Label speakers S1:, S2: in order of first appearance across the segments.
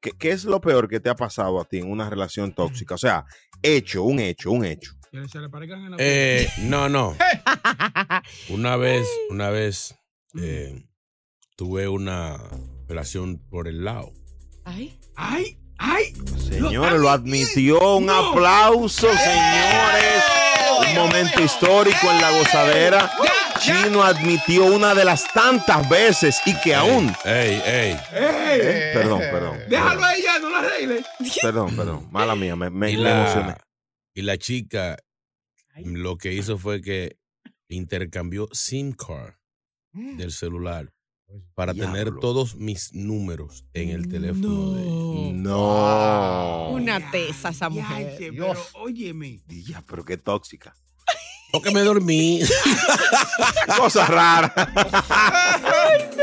S1: ¿qué, qué es lo peor que te ha pasado a ti en una relación tóxica? O sea, hecho, un hecho, un hecho.
S2: Eh, no, no. Una vez, una vez eh, tuve una relación por el lado.
S3: ¡Ay! ¡Ay!
S1: Señores, lo admitió, un aplauso,
S2: ¡Eh!
S1: señores. Un momento histórico en la gozadera. Chino admitió una de las tantas veces y que aún...
S2: Ey, ey.
S1: Eh, Perdón, perdón.
S3: ¡Déjalo a ella, no la arregles!
S1: Perdón, perdón. Mala mía, me, me-
S2: Y
S1: me emocioné.
S2: la, y la chica lo que hizo fue que intercambió SIM card del celular para tener
S1: Diablo.
S2: todos mis números en el teléfono de ella.
S1: No.
S4: Una tesa esa
S3: Yache,
S4: mujer.
S3: pero óyeme.
S1: Día, pero qué tóxica.
S2: Porque me dormí.
S1: Cosa rara.
S3: ¡Te doy ganas de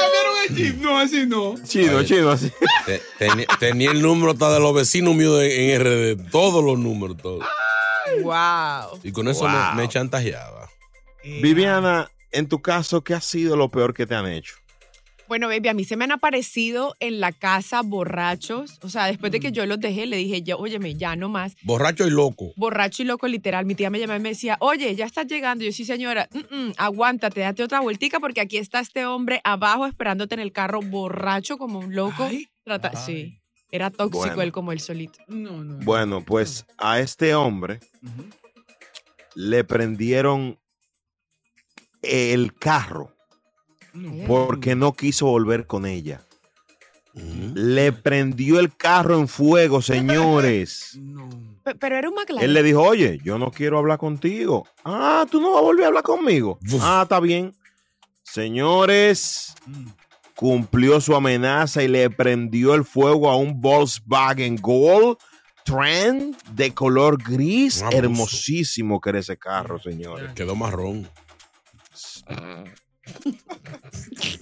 S3: cambiar un chip! No, así no.
S1: Chino,
S2: Oye.
S1: chino, así.
S2: Te- teni- tenía el número hasta de los vecinos míos en, en RD, todos los números, todos.
S4: Wow.
S2: Y con eso
S1: Wow.
S2: me, me chantajeaba.
S1: Viviana, en tu caso, ¿qué ha sido lo peor que te han hecho?
S4: Bueno, baby, a mí se me han aparecido en la casa borrachos. O sea, después de que yo los dejé, le dije, ya, óyeme, ya no más.
S2: Borracho y loco.
S4: Borracho y loco, literal. Mi tía me llamaba y me decía, oye, ya estás llegando. Yo, sí, señora, mm, mm, aguántate, date otra vueltica porque aquí está este hombre abajo esperándote en el carro, borracho como un loco.
S3: Ay,
S4: Trata- Sí, era tóxico
S1: Bueno.
S4: él como él solito.
S3: No, no.
S1: Bueno, pues a este hombre
S3: Ujú.
S1: le prendieron el carro
S3: No.
S1: porque no quiso volver con ella.
S2: Mm.
S1: Le prendió el carro en fuego, señores.
S3: No.
S4: Pe- Pero era un McLaren.
S1: Él le dijo, oye, yo no quiero hablar contigo. Ah, tú no vas a volver a hablar conmigo.
S2: Uf.
S1: Ah, está bien. Señores, cumplió su amenaza y le prendió el fuego a un Volkswagen Gol Trend de color gris.
S2: Un abuso.
S1: Hermosísimo que era ese carro, señores.
S2: Quedó marrón.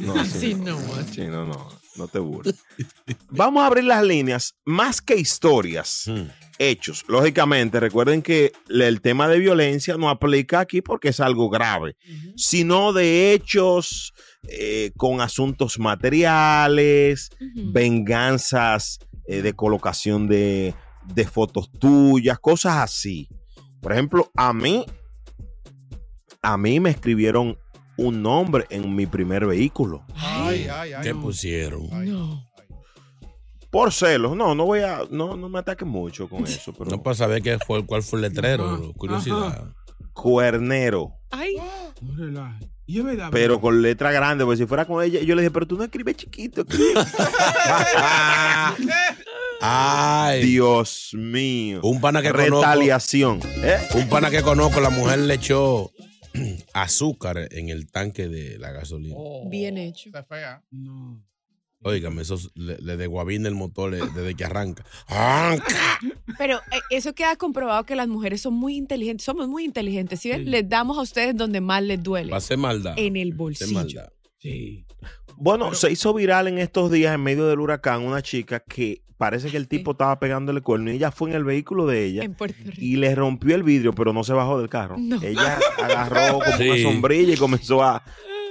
S1: No,
S3: Sí,
S1: sí,
S3: no.
S1: no, sí, no, no, no te burles. Vamos a abrir las líneas más que historias.
S2: Mm.
S1: hechos. Lógicamente, recuerden que le- el tema de violencia no aplica aquí porque es algo grave, sino de hechos eh, con asuntos materiales,
S4: Ujú.
S1: venganzas eh, de colocación de, de fotos tuyas, cosas así. Por ejemplo, a mí, a mí me escribieron un nombre en mi primer vehículo.
S3: Ay, ay, ay.
S2: ¿Qué pusieron?
S4: No.
S1: Por celos, no, no voy a, no, no me ataquen mucho con eso, pero
S2: No para saber qué fue, cuál fue el letrero,
S3: Ajá,
S2: curiosidad.
S1: cuernero.
S4: Ay,
S3: No relaje. Y es verdad.
S1: pero con letra grande, porque si fuera con ella, yo le dije, pero tú no escribes chiquito. escribe".
S2: Ay,
S1: Dios mío.
S2: un pana que conozco,
S1: Retaliación. ¿Eh?
S2: un pana que conozco, la mujer le echó azúcar en el tanque de la gasolina.
S3: Oh.
S4: bien hecho.
S3: No.
S2: Óigame, eso es- le, le desguabina el motor le- desde que arranca. ¡Arranca!
S4: Pero eh, eso queda comprobado que las mujeres son muy inteligentes, somos muy inteligentes, ¿sí ven?
S3: Sí.
S4: Les damos a ustedes donde más les duele,
S2: Va a ser maldad.
S4: en el
S2: Ser
S4: bolsillo.
S2: maldad. Sí.
S1: Bueno, se hizo viral en estos días en medio del huracán una chica que parece que el tipo estaba pegándole cuerno y ella fue en el vehículo de ella
S4: En Puerto Rico.
S1: y le rompió el vidrio, pero no se bajó del carro.
S4: No.
S1: Ella agarró como
S2: Sí.
S1: una sombrilla y comenzó a,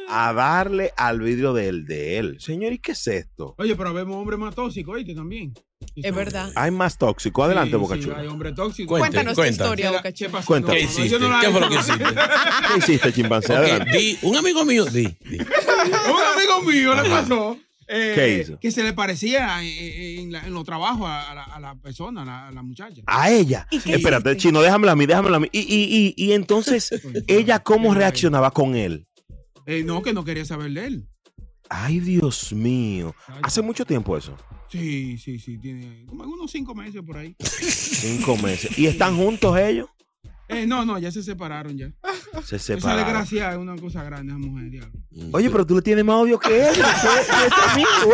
S1: a darle al vidrio de él, de él. Señor, ¿y qué es esto?
S3: Oye, pero vemos hombres más tóxicos, oíste, también.
S4: Es verdad.
S1: Hay más tóxico. Adelante,
S3: Sí,
S1: Boca
S3: sí,
S1: Chula.
S3: Hay hombres tóxicos.
S2: Cuenta.
S4: Cuéntanos tu
S2: cuenta.
S4: historia,
S3: ¿Qué
S4: Boca
S3: qué
S4: Chula.
S3: pasó?
S1: Cuéntame.
S3: No,
S1: ¿Qué
S3: no, yo
S2: hiciste?
S3: no la-
S2: ¿Qué fue lo que hiciste?
S1: ¿Qué hiciste, chimpancé?
S2: Ok,
S1: Adelante.
S2: di, un amigo mío, di, di.
S3: un amigo mío le pasó eh,
S1: ¿Qué hizo?
S3: que se le parecía en, en la- en los trabajos a, a la, a la persona, a la, a la muchacha.
S1: A ella.
S4: ¿Y qué
S1: Espérate,
S4: hiciste?
S1: chino, déjamela a mí, déjamela a mí. Y, y, y, y entonces, ¿ella cómo reaccionaba con él?
S3: Eh, no, que no quería saber de él.
S1: Ay, Dios mío. Hace mucho tiempo eso.
S3: Sí, sí, sí, tiene como algunos cinco meses por ahí.
S1: Cinco meses. ¿Y están juntos ellos?
S3: Eh, no, no, ya se separaron ya.
S1: Se
S3: Esa
S1: separaron.
S3: desgracia es una cosa grande esa mujer, diablo.
S5: Mm.
S1: Oye, pero tú le tienes más odio que él. ¡Wow!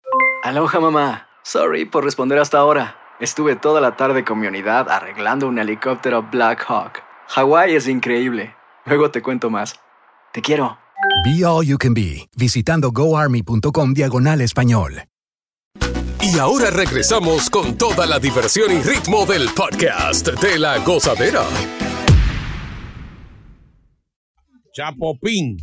S6: Aloha mamá. Sorry por responder hasta ahora. Estuve toda la tarde con mi unidad arreglando un helicóptero Black Hawk. Hawái es increíble. Luego te cuento más. Te quiero.
S7: Be All You Can Be, visitando goarmy.com diagonal español.
S8: Y ahora regresamos con toda la diversión y ritmo del podcast de la gozadera.
S2: Chapopín.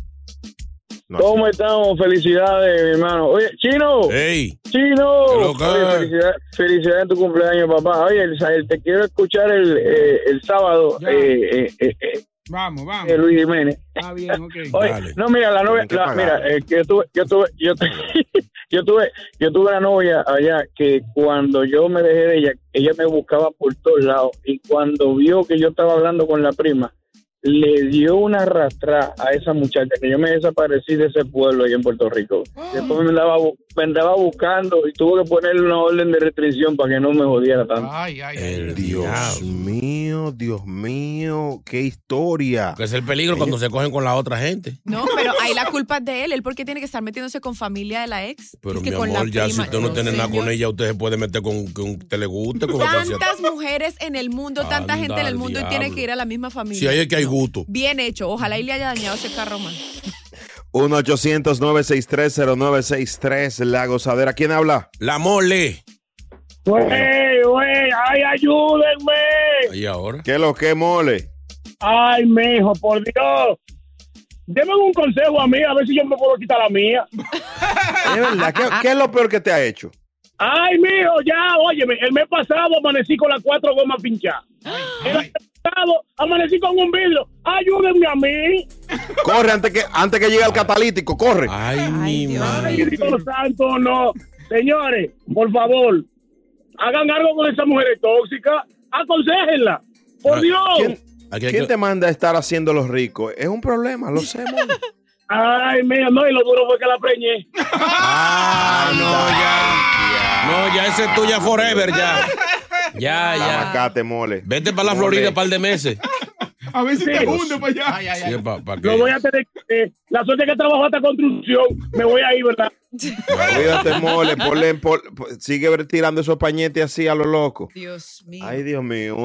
S1: ¿Cómo
S9: estamos? Felicidades, mi hermano. Oye, Chino,
S2: Ey.
S9: Chino.
S2: ¿Qué lo que?
S9: Oye, felicidad- felicidades en tu cumpleaños, papá. Oye, el- el- te quiero escuchar el, eh, el sábado,
S3: Ya.
S9: eh, eh, eh, eh,
S3: Vamos, vamos.
S9: eh, Luis Jiménez.
S3: Está bien, ok.
S9: Oye,
S2: Dale.
S9: no, mira, la
S1: Tienen
S9: novia,
S1: que
S9: la-
S1: pagar.
S9: mira, eh, que yo tuve, yo tuve, yo tuve, yo tuve, yo tuve una novia allá que cuando yo me dejé de ella, ella me buscaba por todos lados y cuando vio que yo estaba hablando con la prima, le dio una arrastrada a esa muchacha que yo me desaparecí de ese pueblo ahí en Puerto Rico.
S3: Ah.
S9: Después me andaba, bu- me andaba buscando y tuvo que ponerle una orden de restricción para que no me jodiera tanto.
S3: Ay, ay, ay.
S2: El
S1: Dios
S2: diablo.
S1: mío, Dios mío, qué historia.
S2: Que es el peligro cuando se cogen con la otra gente.
S4: No, pero ahí la culpa es de él. Él porque tiene que estar metiéndose con familia de la ex.
S2: Pero
S4: Es que
S2: mi
S4: con la
S2: amor, ya si
S4: prima- eh,
S2: usted no tiene nada con
S4: señor.
S2: ella, usted se puede meter con con que le guste, con otra
S4: Tantas mujeres en el mundo, tanta
S2: Anda
S4: gente en el
S2: al
S4: mundo y
S2: diablo.
S4: tiene que ir a la misma familia.
S2: Si hay es que hay gusto.
S4: Bien hecho. Ojalá y le haya dañado ese carro más.
S1: 1-800-963-0963, La Gozadera. ¿Quién habla?
S2: La mole.
S10: Pues,
S9: Güey, güey, ay, ayúdenme.
S2: ¿Y ahora?
S1: ¿Qué lo que mole?
S9: Ay, mijo, por Dios. Deme un consejo a mí, a ver si yo me puedo quitar la mía.
S1: Es verdad, ¿qué, qué es lo peor que te ha hecho?
S9: Ay, mijo, ya, óyeme, el mes pasado amanecí con las cuatro gomas pinchadas. El año pasado amanecí con un vidrio. Ayúdenme a mí.
S1: Corre antes que, antes que llegue el catalítico, corre.
S2: Ay, mi
S4: Dios.
S2: madre.
S9: Ay, Dios santo, no. Señores, por favor, hagan algo con esas mujeres tóxicas. Aconséjenla. Por
S2: Ay,
S9: Dios.
S1: ¿Quién,
S2: Aquí hay
S1: quién
S2: que-
S1: te manda a estar haciendo los ricos? Es un problema, lo sé, mole.
S9: Ay, mijo, no, y lo duro fue que la preñé.
S2: Ah, no, ya. No, ya
S3: Ah,
S2: ese es tuya forever, ya. Ya, ya.
S1: Macate, mole.
S2: Vete para la Florida un par de meses.
S3: A ver si te
S9: Sí.
S3: hunde para allá. Ay, ay,
S2: Sí, pa- pa'
S9: Lo
S2: que-
S9: voy a tener. eh, la suerte que trabajo hasta construcción. Me voy a ir, ¿verdad?
S1: Cuídate, mole. ponle- pon- pon- sigue tirando esos pañetes así a lo loco.
S4: Dios mío.
S1: Ay, Dios mío.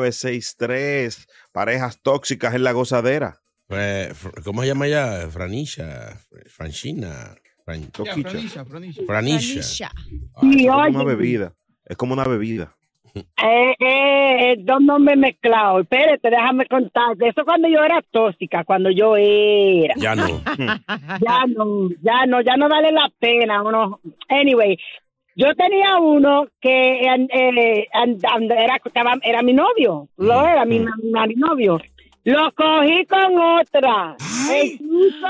S1: 1-800-963-0963. Parejas tóxicas en la gozadera.
S2: Fre- Pues, fr- ¿Cómo se llama ella? Franisha. Fr- Franchina. Fran-
S3: Ya,
S1: Toquicha.
S3: Franisha, Franisha.
S2: Franisha.
S4: Tanisha.
S1: Es como una bebida. Es como una bebida.
S9: Eh, eh, dos nombres mezclados. Espérate, déjame contarte. Eso cuando yo era tóxica, cuando yo era.
S2: Ya no.
S9: Ya no, ya no, ya no vale la pena. Uno. Anyway, yo tenía uno que eh, eh, and- and- era, estaba- era mi novio. Lo era mi, mi- mi novio. Lo cogí con otra. E incluso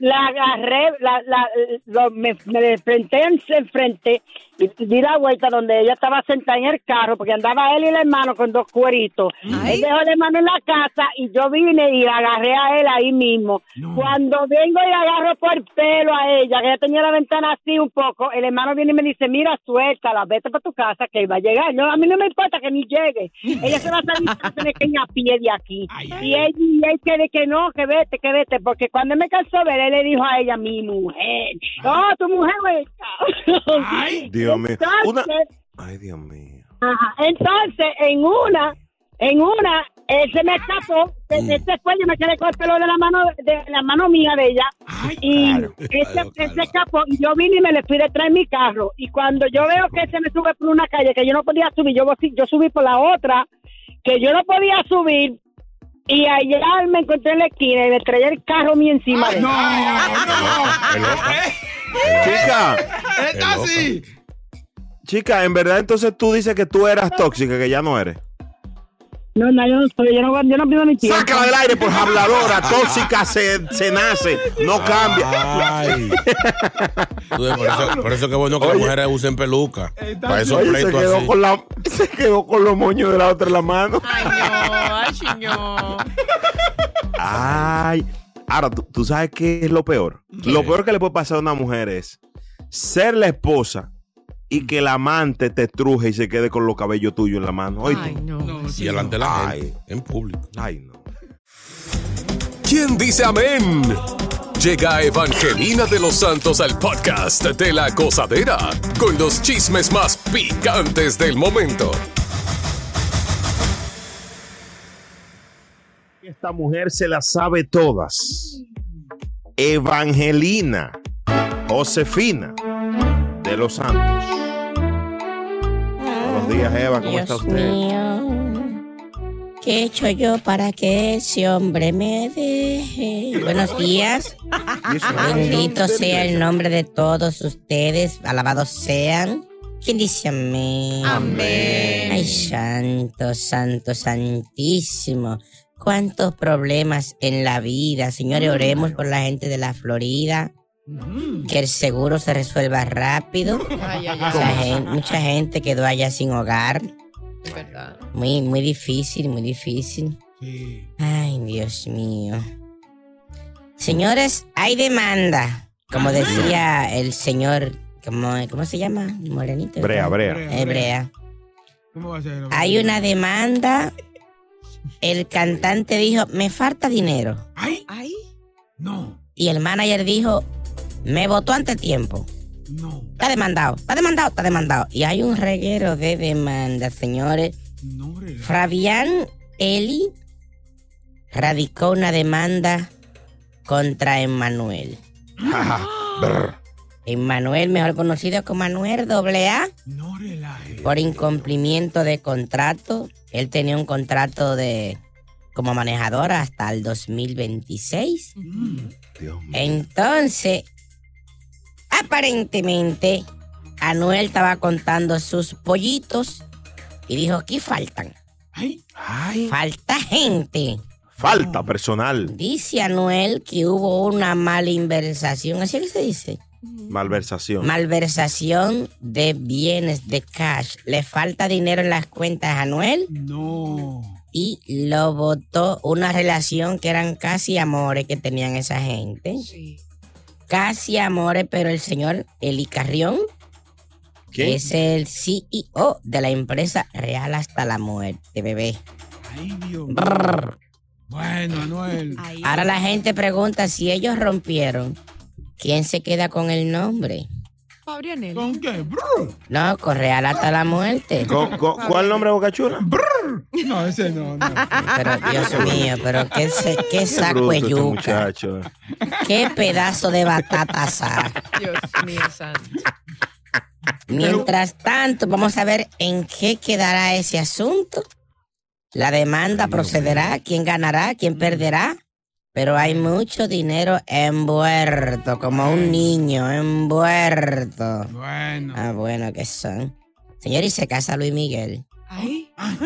S9: la agarré, la, la, lo- me, me enfrenté en frente
S11: Y di la vuelta donde ella estaba sentada en el carro, porque andaba él y el hermano con dos cueritos. Él dejó el hermano en la casa y yo vine y la agarré a él ahí mismo. Cuando vengo y la agarro por el pelo a ella, que ella tenía la ventana así un poco, el hermano viene y me dice, mira, suéltala, vete para tu casa que va a llegar. No, a mí no me importa que ni llegue. Ella se va a salir se va a tener que ir a pie de aquí. y él, y él quiere que no, que vete, que vete, porque cuando él me cansó de ver, él le dijo a ella, mi mujer. No, tu mujer, güey.
S1: Dios mío. Una-
S11: Entonces-
S1: Ay, Dios mío.
S11: Ajá. Entonces, en una, en una, él se me escapó, se,
S1: Mm.
S11: se se fue, yo me quedé con el pelo de la mano, de la mano mía de ella. y él, se, él se escapó, y yo vine y me le fui detrás de mi carro. Y cuando yo veo que él se me sube por una calle que yo no podía subir, yo, voy- yo subí por la otra, que yo no podía subir. Y allá me encontré en la esquina y me traía el carro mío encima. de él.
S1: Chica. Chica, en verdad entonces tú dices que tú eras tóxica, que ya no eres.
S11: No, no, yo no soy, yo no, yo no pido mi tiempo.
S1: Sácala del aire por habladora, tóxica se, se nace, no cambia.
S2: Tú ves, Por eso, por eso que bueno que las mujeres usen peluca. Para esos
S1: Oye, se,
S2: pleitos
S1: quedó
S2: así.
S1: con la, se quedó con los moños de la otra en la mano.
S4: Ay, chiño.
S1: Ay, ahora tú, tú sabes qué es lo peor. Lo peor que le puede pasar a una mujer es ser la esposa y que la amante te truje y se quede con los cabellos tuyos en la mano. Ay,
S2: Y delante de la gente, en público.
S1: Ay, no.
S8: ¿Quién dice amén? Llega Evangelina de los Santos al podcast de la gozadera con los chismes más picantes del momento.
S1: Esta mujer se las sabe todas. Evangelina Josefina de los Santos. Buenos días, Eva. ¿Cómo
S12: Dios
S1: está usted?
S12: mío. ¿Qué he hecho yo para que ese hombre me deje? Buenos días. Bendito sea el nombre de todos ustedes. Alabados sean. ¿Quién dice amén? Amén. Ay, santo, santo, santísimo. Cuántos problemas en la vida. Señores, oremos por la gente de la Florida. Que el seguro se resuelva rápido. Mucha gente, mucha gente quedó allá sin hogar. Muy, muy difícil, muy difícil. Ay, Dios mío. Señores, hay demanda. Como decía el señor, ¿cómo, cómo se llama? Morenito.
S1: Brea, Brea.
S12: Eh, Brea.
S3: ¿Cómo va a ser?
S12: Hay una demanda. El cantante dijo, me falta dinero.
S3: Ay. No.
S12: Y el manager dijo, me votó ante tiempo. No. Está demandado, está demandado, está demandado. Y hay un reguero de demandas, señores. Fabián Eli radicó una demanda contra Emmanuel. Emmanuel, mejor conocido como Manuel AA, por incumplimiento de contrato. Él tenía un contrato de como manejador hasta el 2026. Entonces, aparentemente, Anuel estaba contando sus pollitos y dijo, aquí faltan. Falta gente.
S1: Falta personal,
S12: Dice Anuel que hubo una malinversación, ¿así que se dice?
S1: malversación.
S12: Malversación de bienes de cash. Le falta dinero en las cuentas a Anuel. No. Y lo votó una relación que eran casi amores que tenían esa gente. Casi amores, pero el señor Eli Carrión, que es el CEO de la empresa Real hasta la muerte, bebé. Brr.
S3: Bueno, Anuel.
S12: Ahora la gente pregunta si ellos rompieron, ¿quién se queda con el nombre?
S4: Fabrianel.
S3: ¿Con qué? Brr.
S12: No, con Real hasta la muerte.
S1: ¿Con- con- cuál nombre, Bocachula?
S3: No, ese no, no.
S12: Pero
S1: Ah,
S12: Dios mío, pero qué, se- qué saco de yuca,
S1: este muchacho. eh.
S12: qué pedazo de batata sa.
S4: Dios mío, santo.
S12: Mientras tanto, vamos a ver en qué quedará ese asunto. La demanda procederá, quién ganará, quién perderá. Pero hay mucho dinero envuelto, como un niño envuelto. Bueno. Ah, bueno que son. Señor, y se casa Luis Miguel.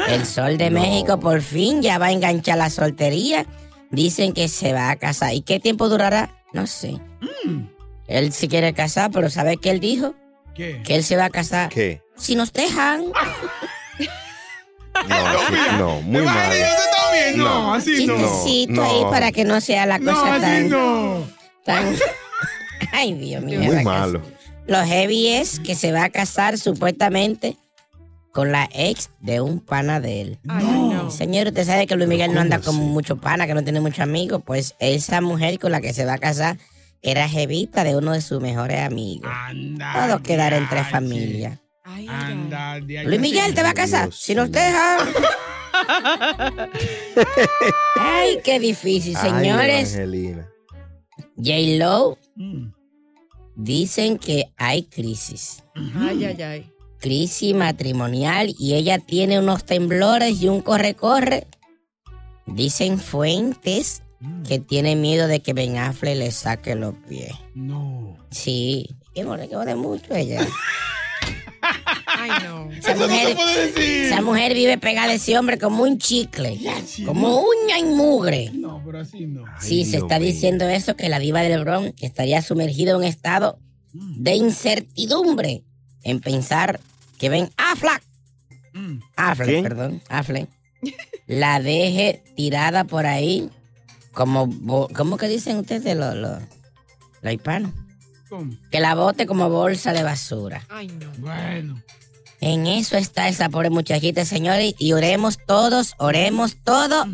S12: El Sol de México por fin ya va a enganchar la soltería. Dicen que se va a casar. ¿Y qué tiempo durará? No sé. Él sí quiere casar, pero ¿sabe qué él dijo?
S3: ¿Qué?
S12: que él se va a casar.
S1: ¿Qué?
S12: Si nos dejan.
S1: No, sí, no, muy mal.
S3: bien, no, así no.
S12: Chistecito
S1: No,
S12: ahí
S1: no.
S12: para que no sea la
S3: No,
S12: cosa
S3: así
S12: tan.
S3: no.
S12: tan- Ay, Dios mío.
S1: Muy
S12: la
S1: malo.
S12: Lo heavy es que se va a casar supuestamente con la ex de un pana de él. Señor, usted sabe que Luis Miguel no anda con mucho pana, que no tiene muchos amigos. Pues esa mujer con la que se va a casar era jevita de uno de sus mejores amigos. Todos quedaron entre familias.
S3: Anda, de ahí.
S12: Luis Miguel te va a casar. Si nos deja. Ay, qué difícil,
S1: Ay,
S12: señores.
S1: Evangelina. Mm.
S12: J. Lo dicen que hay crisis,
S4: Ay, ay, ay.
S12: crisis matrimonial y ella tiene unos temblores y un corre-corre. Dicen fuentes
S3: Mm.
S12: que tiene miedo de que Ben Affle le saque los pies.
S3: No.
S12: Sí, que no le de mucho ella.
S4: Ay, no.
S12: Esa mujer, esa mujer vive pegada a ese hombre como un chicle, como uña y mugre.
S3: No, pero así no.
S12: Sí, se está diciendo eso, que la diva del Bron estaría sumergida en un estado de incertidumbre en pensar que ven Affleck, Affleck,
S3: ¿Quién?
S12: perdón, Affleck, la deje tirada por ahí como, bo- ¿cómo que dicen ustedes los los los hispanos? Que la bote como bolsa de basura.
S4: Ay, no.
S3: Bueno.
S12: En eso está esa pobre muchachita, señores, y oremos todos, oremos todo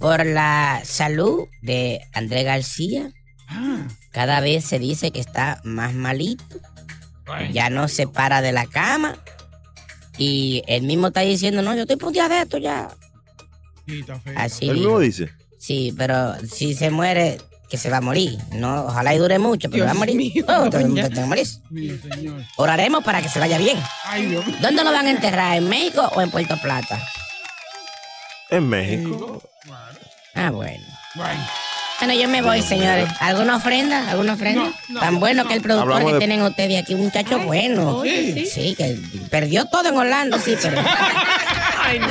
S12: por la salud de André García.
S3: Ah,
S12: Cada vez se dice que está más malito, ya no se para de la cama. Y él mismo está diciendo, no, yo estoy por un día de esto ya.
S3: Sí, está feo.
S12: Así
S1: Él
S12: dijo.
S1: mismo dice.
S12: Sí, pero si se muere, que se va a morir. No, ojalá y dure mucho, pero
S3: Dios
S12: va a morir.
S3: mío,
S12: Oh, todo el
S3: doña.
S12: mundo tiene que morir.
S3: Mire, señor.
S12: Oraremos para que se vaya bien.
S3: Ay, Dios.
S12: ¿Dónde lo van a enterrar? ¿En México o en Puerto Plata?
S1: En México.
S12: Ah, bueno. Bueno, yo me voy, señores. ¿Alguna ofrenda? ¿Alguna ofrenda? Tan bueno que el productor
S1: Hablamos
S12: que
S1: de-
S12: tienen ustedes aquí, un muchacho bueno.
S3: oye,
S12: Sí. que perdió todo en Orlando, sí, pero.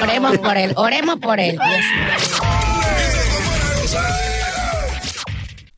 S12: Oremos por él, oremos por él. Dios mío.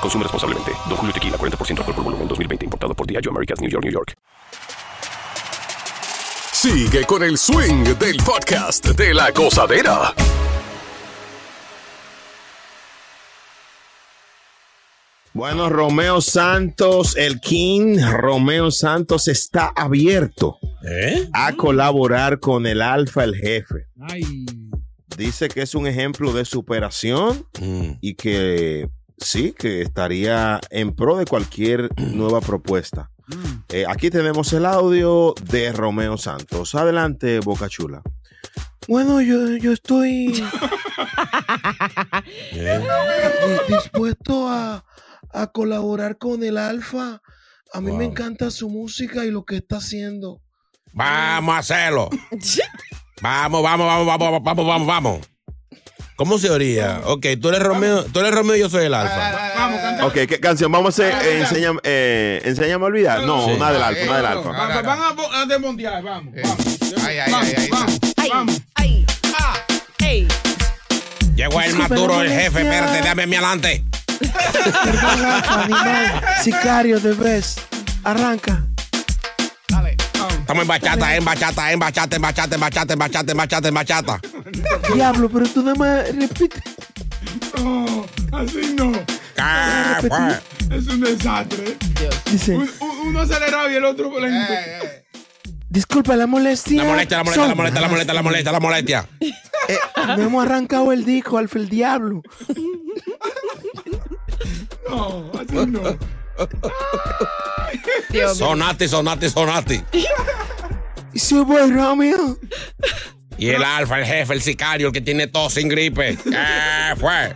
S13: Consume responsablemente. Don Julio Tequila, 40% alcohol por volumen, 2020. Importado por Diageo Americas, New York, New York.
S8: Sigue con el swing del podcast de la gozadera.
S1: Bueno, Romeo Santos, el King, Romeo Santos está abierto a colaborar con el Alfa, el jefe.
S3: Ay.
S1: Dice que es un ejemplo de superación y que sí, que estaría en pro de cualquier nueva propuesta. Eh, aquí tenemos el audio de Romeo Santos. Adelante, Boca Chula. Bueno, yo, yo estoy
S5: eh, dispuesto a, a colaborar con el Alfa. A mí me
S2: Wow.
S5: encanta su música y lo que está haciendo.
S2: Vamos a hacerlo. Vamos, vamos, vamos, vamos, vamos, vamos, vamos. ¿Cómo se oría? Ok, tú eres Romeo, tú eres Romeo y yo soy el alfa.
S1: Ok, ¿qué canción? Vamos a hacer. eh, enséñame, eh, enséñame a olvidar. No,
S2: Sí.
S1: una del alfa, una del
S3: Va-
S1: alfa.
S3: va- Van a, bo- a desmontear, vamos. vamos.
S14: Ay, ay,
S3: vamos,
S14: ay, ay.
S3: vamos, vamos.
S4: Ah, ey.
S2: Llegó el más
S5: Disculpa la
S2: duro, el jefe,
S5: molestia.
S2: espérate, déjame a mí adelante.
S5: Perdón, Alfa, animal. Sicario de vez. Arranca.
S2: Estamos en bachata, en bachata, en bachata, en bachata, en bachata, en bachata, en bachata, en bachata.
S5: Diablo, pero tú nada más repite.
S3: No, Oh, así no.
S2: Ah, pues.
S3: Es un desastre.
S5: Dice.
S3: Eh, Un- un- uno acelerado y el otro lento.
S5: Disculpa la molestia.
S2: La molestia, la molestia, la molestia, la molestia, la molestia, la molestia.
S5: Eh, no hemos arrancado el disco, Alfa el diablo.
S3: No, así no.
S4: Dios mío.
S2: Sonate, sonate, sonate.
S5: Soy voy, Romeo.
S2: Y el alfa, el jefe, el sicario, el que tiene todo sin gripe. ¿Qué fue?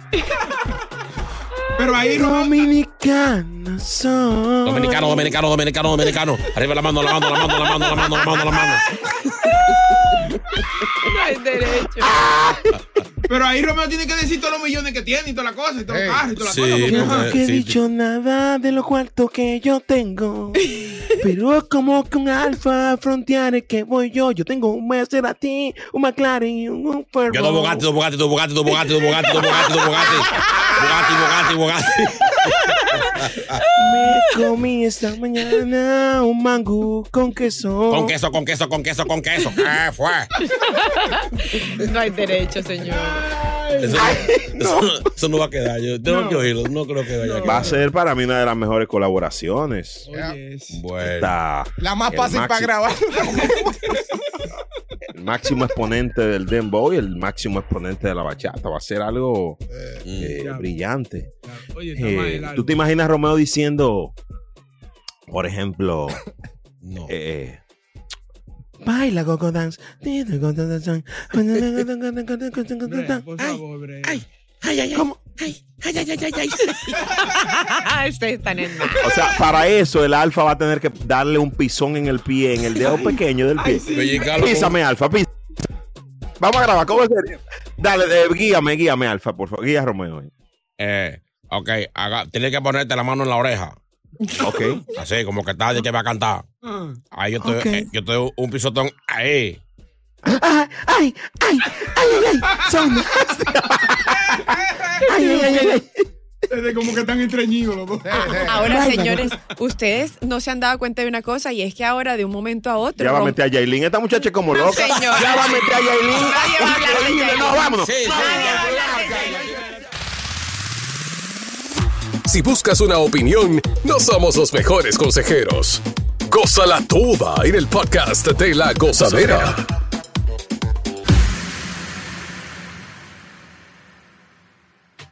S3: Pero ahí no.
S5: Dominicano soy.
S2: Dominicano, dominicano, dominicano, dominicano. Arriba la mano, la mano, la mano, la mano, la mano, la mano, la mano.
S3: No hay derecho. Pero ahí Romeo tiene que decir todos los millones que tiene y toda la cosa, y todos los carros y toda la
S2: Sí,
S3: cosa. porque-
S2: no,
S5: Nunca he
S2: sí,
S5: dicho nada de lo cuarto que yo tengo. Pero como con Alfa frontearé que voy yo. Yo tengo un Maserati, un McLaren y un Uber.
S2: Yo dos Bugatti, dos Bugatti, dos Bugatti, dos Bugatti, dos Bugatti, dos Bugatti, dos Bugatti. Bugatti, Bugatti, Bugatti.
S5: Me comí esta mañana un mango con queso.
S2: Con queso, con queso, con queso, con queso. ¿Qué fue?
S4: No hay derecho, señor.
S2: Eso, eso- eso no va a quedar. Yo tengo que oírlo. No creo que vaya a
S1: Va
S2: quedar.
S1: a ser para mí una de las mejores colaboraciones.
S2: Bueno.
S1: Está
S3: La más
S1: el
S3: fácil para
S1: máximo-
S3: grabar.
S1: El máximo exponente del dembow y el máximo exponente de la bachata. Va a ser algo eh, brillante.
S3: Oye,
S1: Eh, ¿Tú te imaginas a Romeo diciendo, por ejemplo, eh,
S5: Baila Gogo Dance. Dile, Gogo Dance.
S1: eh,
S2: pues.
S3: Por favor, Brea.
S5: Ay, ay, ay. ¿Cómo?
S4: Ay, ay, ay, ay, ay. Ustedes están en mal.
S1: o sea, para eso el alfa va a tener que darle un pisón en el pie, en el dedo pequeño del pie.
S2: Pellizcarlo
S1: Písame, alfa, písame. Vamos a grabar, ¿cómo sería? Dale, eh, guíame, guíame, alfa, por favor. Guía a Romeo.
S2: Eh, ok, haga- tienes que ponerte la mano en la oreja.
S1: Ok.
S2: Así, como que tarde que va a cantar.
S3: Ah.
S2: Ahí yo estoy,
S5: Ok.
S2: eh, yo estoy un pisotón. Ahí.
S5: Ay, ay, ay, ay, ay, ay. Son nasty. Ay, ay, ay, ay, ay.
S3: Desde como que están entreñidos los dos.
S4: Ahora,
S3: Bárbaro.
S4: señores, ustedes no se han dado cuenta de una cosa y es que ahora de un momento a otro.
S1: Ya va a
S4: Rom-
S1: meter a Yailin. Esta muchacha es como
S4: Ah,
S1: loca.
S4: Señor.
S1: Ya va a meter a Yailin.
S4: Nadie va a hablar de
S1: Increíble.
S4: Yailin.
S1: No, vámonos.
S4: Sí,
S8: sí.
S1: Nadie va a hablar.
S8: Si buscas una opinión, no somos los mejores consejeros. Cosa la tuba en el podcast de la gozadera.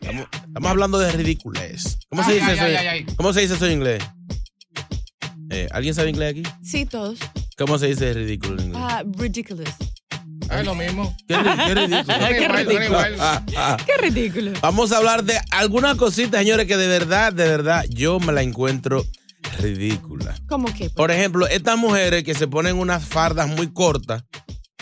S2: Estamos, estamos hablando de ridiculez. ¿Cómo se
S3: Ay,
S2: dice
S3: ay,
S2: eso?
S3: ay,
S2: en-
S3: ay, ay.
S2: ¿Cómo se dice eso en inglés? Eh, ¿Alguien sabe inglés aquí?
S4: Sí, todos.
S2: ¿Cómo se dice ridículo en inglés?
S4: Ah, ridiculous.
S1: Ah,
S3: Es lo mismo.
S2: Qué, ri- qué ridículo.
S4: Qué ridículo.
S2: Ah, ah.
S4: Qué ridículo.
S2: Vamos a hablar de algunas cositas, señores, que de verdad, de verdad, yo me la encuentro ridícula.
S4: ¿Cómo que?
S2: Por ejemplo, estas mujeres que se ponen unas fardas muy cortas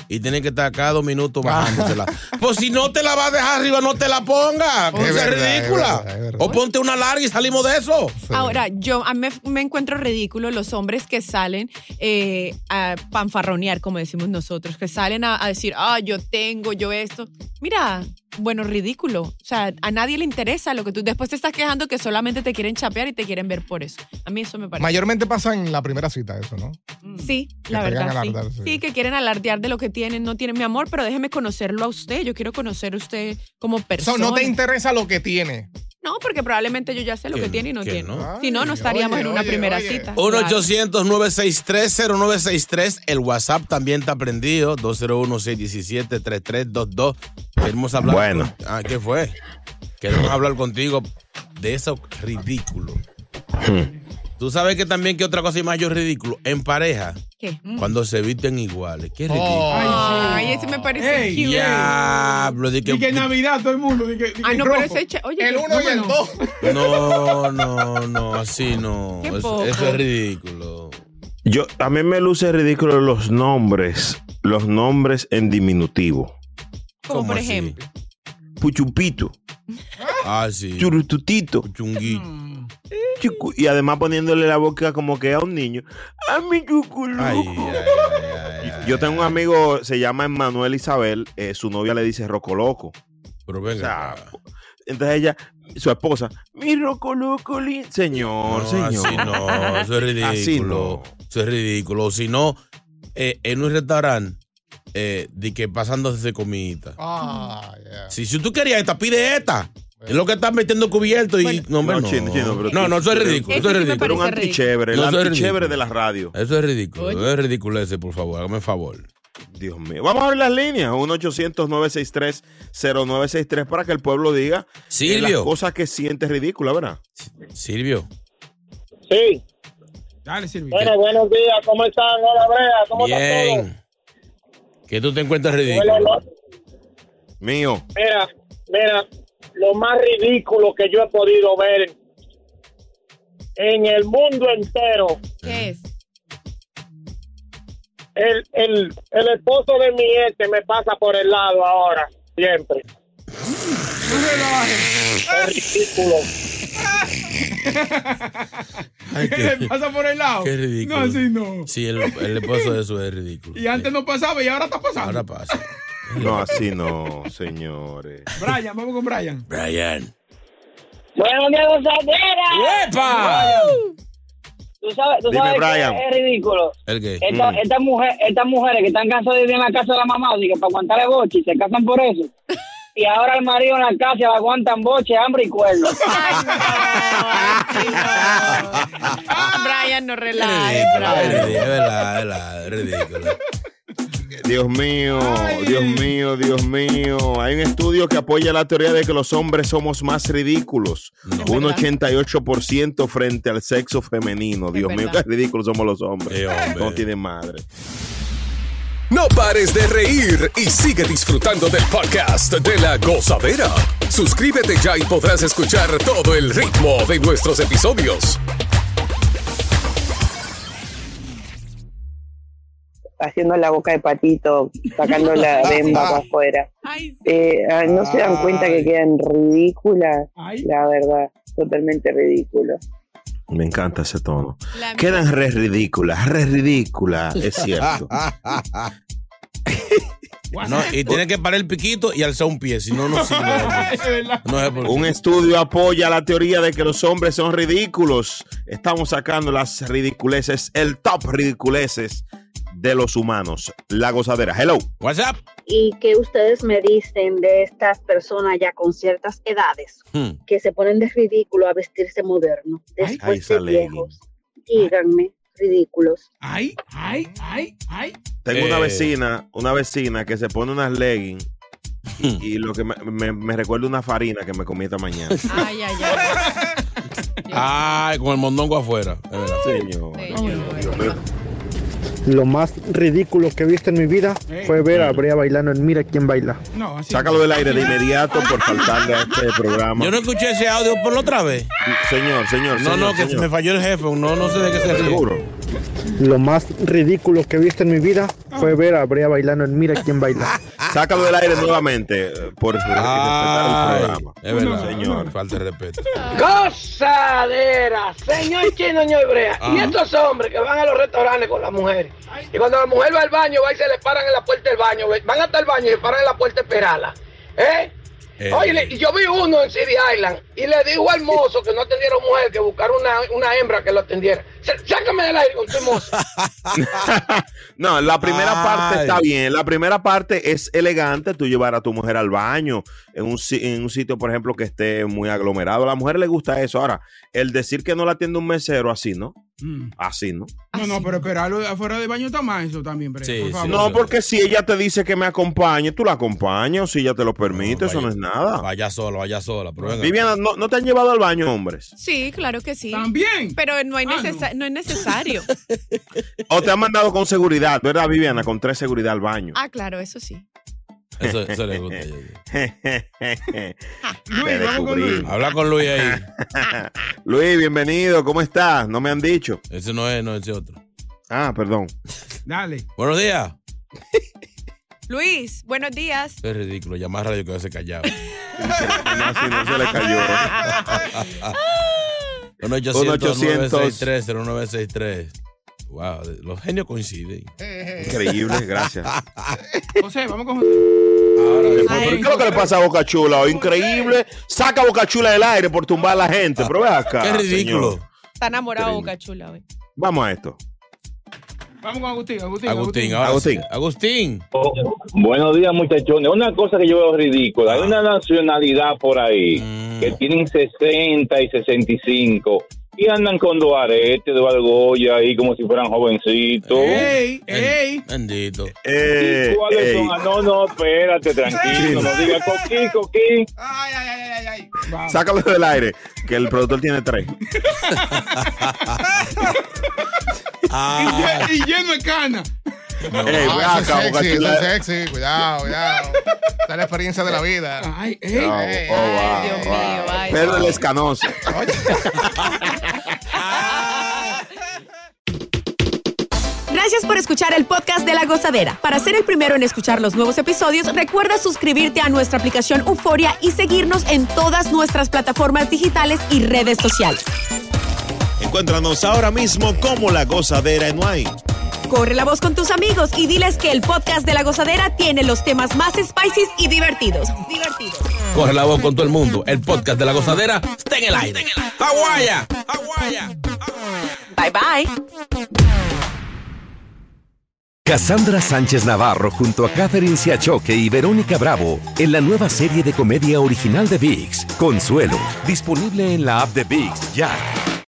S2: y tienen que estar cada dos
S14: Ah.
S2: minutos bajándosela. pues si no te la vas a dejar arriba, no te la pongas. Porque
S14: Es
S2: es
S14: verdad,
S2: ridícula.
S14: es verdad, es verdad.
S2: o ponte una larga y salimos de eso.
S4: Ahora, yo a mí me, me encuentro ridículo los hombres que salen eh, a panfarronear, como decimos nosotros, que salen a, a decir, ah, yo tengo, yo esto. Mira, bueno, ridículo. O sea, a nadie le interesa lo que tú después te estás quejando que solamente te quieren chapear y te quieren ver por eso. A mí eso me parece.
S14: Mayormente pasa en la primera cita eso, ¿no?
S2: Mm.
S4: Sí,
S14: Que
S4: la
S14: pegan
S4: verdad.
S14: a
S4: Sí.
S14: alardear, sí.
S4: Sí, que quieren alardear de lo que tienen, no tienen mi amor, pero déjeme conocerlo a usted. Yo quiero conocer a usted como
S14: So,
S4: persona.
S14: no te interesa lo que tiene.
S4: No, porque probablemente yo ya sé lo que,
S2: Que-
S4: tiene y no
S2: que
S4: tiene.
S2: no.
S4: Si no, no estaríamos en una primera cita.
S2: 1-800-963-0963. El WhatsApp también está prendido. 201-617-3322. Queremos hablar.
S1: Bueno.
S2: Ah, ¿qué fue? Queremos hablar contigo de eso ridículo. Tú sabes que también, que otra cosa y más yo ridículo? En pareja,
S4: ¿Qué?
S2: cuando se visten iguales. Qué ridículo.
S4: Oh. Ay, ese me parece
S3: Ey,
S4: cute.
S2: Diablo, di que-
S3: Y que en Navidad todo el mundo. di que- di que
S4: Ay, Ah, no,
S3: rojo.
S4: pero ese che- Oye,
S14: El
S4: qué-
S14: uno y el
S4: no.
S14: dos.
S2: No, no, no, así no.
S4: Qué
S2: Eso,
S4: poco.
S2: eso es ridículo.
S1: Yo también me luce ridículo los nombres, los nombres en diminutivo.
S4: Como por ejemplo.
S1: Puchupito,
S2: Ah, sí.
S1: churututito,
S4: Mm.
S1: chucu- y además poniéndole la boca como que a un niño. A mi chuculuco. Yo tengo un amigo, se llama Emmanuel Isabel, eh, su novia le dice roco loco.
S2: Pero venga.
S1: Entonces ella, su esposa, mi roco loco, lin-". señor,
S2: No,
S1: señor.
S2: Así no, eso es ridículo.
S1: Así no.
S2: Eso es ridículo. Si no, eh, en un restaurante, eh, de que pasándose de comidita.
S14: Ah,
S2: Si, si tú querías esta, pide esta. Es lo que estás metiendo cubierto y no, hombre,
S1: No,
S2: no.
S1: chino, chino, pero
S2: no,
S1: tú-
S2: no, eso es
S1: pero-
S2: ridículo.
S1: Ese
S2: Eso es
S1: sí me
S2: ridículo.
S1: parece Pero un antichévere, el
S2: No, eso es
S1: antichévere
S2: ridículo.
S1: de las radios.
S2: Eso es ridículo.
S1: Oye.
S2: Eso es ridículo ese, por favor. Hágame el favor.
S1: Dios mío. Vamos a abrir las líneas. 1-800-963-0963 para que el pueblo diga eh, las
S2: Silvio.
S1: cosas que siente ridícula, ¿verdad?
S2: Silvio.
S10: Sí.
S3: Dale, Silvio.
S10: Bueno, buenos días. ¿Cómo están? Hola, Brea. ¿Cómo está todo?
S2: Bien. Que tú te encuentras
S10: Hola,
S2: ridículo.
S10: lo-
S1: Mío.
S10: mira, mira, lo más ridículo que yo he podido ver en el mundo entero.
S4: ¿Qué es?
S10: El, el, el esposo de mi ex que me pasa por el lado ahora, siempre.
S4: Ah.
S10: Es ridículo.
S3: Le pasa por el lado.
S2: Qué ridículo.
S3: No, sí, no.
S2: Sí, el, el esposo de eso es ridículo.
S3: Y antes no pasaba y ahora está pasando.
S2: Ahora pasa.
S1: No, así no, señores.
S3: Brian, vamos con Brian.
S2: Brian.
S10: Buenos días, gozadera.
S2: ¡Uepa!
S10: Tú sabes, tú
S2: Dime,
S10: sabes
S2: Brian.
S10: que es ridículo.
S2: ¿El qué?
S10: Esta-
S2: Mm.
S10: Estas mujer- estas mujeres que están cansadas de vivir en la casa de la mamá, así que para aguantar el boche, y se casan por eso. Y ahora el marido en la casa le aguantan boche, hambre y cuerno.
S4: Ah, Brian, no
S2: Es
S4: relajes.
S2: ridículo, es
S4: Brian.
S2: ridículo, es verdad, es verdad, es ridículo.
S1: Dios mío, Dios mío, Dios mío. Hay un estudio que apoya la teoría de que los hombres somos más ridículos. Un 88% frente al sexo femenino. Dios mío, qué
S15: verdad.
S1: ridículos somos los hombres. No tienen madre.
S8: No pares de reír y sigue disfrutando del podcast de la gozadera. Suscríbete ya y podrás escuchar todo el ritmo de nuestros episodios.
S16: haciendo la boca de patito, sacando
S3: Ah,
S16: la bemba para afuera. Eh, ah, no se dan cuenta que quedan ridículas, la verdad, totalmente ridículo.
S1: Me encanta ese tono. Quedan re ridículas, re ridículas, es cierto.
S2: No, y tiene que parar el piquito y alzar un pie, si no, no sirve.
S1: Un estudio apoya la teoría de que los hombres son ridículos. Estamos sacando las ridiculeces, el top ridiculeces de los humanos. La gozadera. Hello.
S2: What's up?
S17: y que ustedes me dicen de estas personas ya con ciertas edades
S1: Hmm.
S17: que se ponen de ridículo a vestirse moderno.
S1: Ay,
S17: Después
S1: esa
S17: de
S1: legging.
S17: viejos, díganme, ridículos.
S3: Ay, ay, ay, ay.
S1: Tengo una
S3: Eh.
S1: vecina, una vecina que se pone unas leggings
S2: Hmm.
S1: y, y lo que me, me- me recuerda una farina que me comí esta mañana.
S4: Ay, ay, ay.
S2: Ay, Ah, con el mondongo afuera.
S1: Señor.
S18: Lo más ridículo que he visto en mi vida fue ver a Brea bailando en Mira quién baila.
S1: Sácalo del aire de inmediato por faltarle a este programa.
S2: Yo no escuché ese audio, por otra vez.
S1: Señor, señor.
S2: No,
S1: señor,
S2: no, que
S1: señor.
S2: se me falló el jefe. No, no sé de qué se ríe.
S1: Seguro.
S18: Lo más ridículo que he visto en mi vida fue ver a Brea bailando en Mira quién baila.
S1: Sácalo del aire nuevamente eh, por respetar el programa.
S2: Es verdad,
S1: señor.
S2: Falta de respeto.
S19: Gozadera, señor chino, señor Brea. Y
S2: Ah.
S19: estos hombres que van a los restaurantes con las mujeres. Y cuando la mujer va al baño, va y se les paran en la puerta del baño. ve, Van hasta el baño y le paran en la puerta a esperarla. ¿Eh?
S20: Eh.
S19: Oye, le- yo vi uno en City Island y le dijo al mozo que no atendiera una mujer, que buscara una, una hembra que lo atendiera. Sa- Sácame del aire con tu mozo.
S1: No, la primera
S19: Ay.
S1: parte está bien. La primera parte es elegante, tú llevar a tu mujer al baño, en un, si- en un sitio, por ejemplo, que esté muy aglomerado. A la mujer le gusta eso. Ahora, el decir que no la atiende un mesero, así, ¿no?
S3: Mm.
S1: Así, ¿no?
S3: No, no, pero esperarlo afuera del baño está más eso también, Brea. por favor.
S1: No, porque si ella te dice que me acompañe, tú la acompañas, o si ella te lo permite, eso no es nada.
S2: Vaya sola, vaya sola. Pero venga.
S1: Viviana, ¿no, no te han llevado al baño, hombres?
S4: Sí, claro que sí. También. Pero no, hay necesa- no es necesario.
S1: O te han mandado con seguridad, ¿verdad, Viviana? Con tres seguridad al baño.
S4: Ah, claro, eso sí.
S2: Eso, eso le gusta. yo-
S1: Te descubrí.
S2: Habla con Luis ahí.
S1: Luis, bienvenido, ¿cómo estás? No me han dicho.
S2: Ese no es, no ese otro.
S1: Ah, perdón.
S3: Dale.
S2: Buenos días.
S4: Luis, buenos días.
S2: Eso es ridículo. Llamar a radio que se callado.
S1: no se le cayó.
S2: 1 800 0963 Wow, los genios coinciden.
S3: Eh,
S1: Increíble, gracias.
S3: José, vamos con
S1: Pero, ¿Qué es lo que le pasa a Boca Chula hoy? Increíble. Saca a Boca Chula del aire por tumbar a la gente. Pero ve acá.
S4: Qué ridículo.
S1: señor.
S4: Está enamorado Boca Chula hoy.
S1: Vamos a esto.
S3: Vamos con Agustín, Agustín.
S2: Agustín, ahora sí. Agustín.
S21: Buenos días, muchachones. Una cosa que yo veo ridícula. Hay una nacionalidad por ahí
S22: que tienen 60 y 65 y andan con dos aretes de Valgoya ahí como si fueran jovencitos.
S3: ¡Ey! ¡Ey!
S2: Bendito.
S9: Eh,
S22: ¿Y cuáles
S2: ey.
S22: son? Ah, no, no, espérate, tranquilo, no digas coquí, coquí.
S1: Sácalo del aire, que el productor tiene tres.
S2: Ah,
S3: Y lleno de cana.
S1: No. Ey, ve
S14: Ah, eso
S1: acá,
S14: es sexy,
S1: porque
S14: eso
S1: tú la-
S14: es sexy. Cuidado, cuidado. Está la experiencia de la vida.
S3: Ay,
S1: ey. Oh, oh, wow,
S14: Dios
S1: wow.
S14: mío, vaya.
S1: Pedro el Escanoso.
S4: Gracias por escuchar el podcast de La Gozadera. Para ser el primero en escuchar los nuevos episodios, recuerda suscribirte a nuestra aplicación Euforia y seguirnos en todas nuestras plataformas digitales y redes sociales.
S1: Encuéntranos ahora mismo como La Gozadera en Wine.
S4: Corre la voz con tus amigos y diles que el podcast de La Gozadera tiene los temas más spicy y divertidos. Divertidos.
S2: Corre la voz con todo el mundo. El podcast de la gozadera está en el aire. ¡Aguaya!
S4: Bye bye.
S20: Cassandra Sánchez Navarro junto a Catherine Siachoque y Verónica Bravo en la nueva serie de comedia original de VIX, Consuelo, disponible en la app de VIX ya.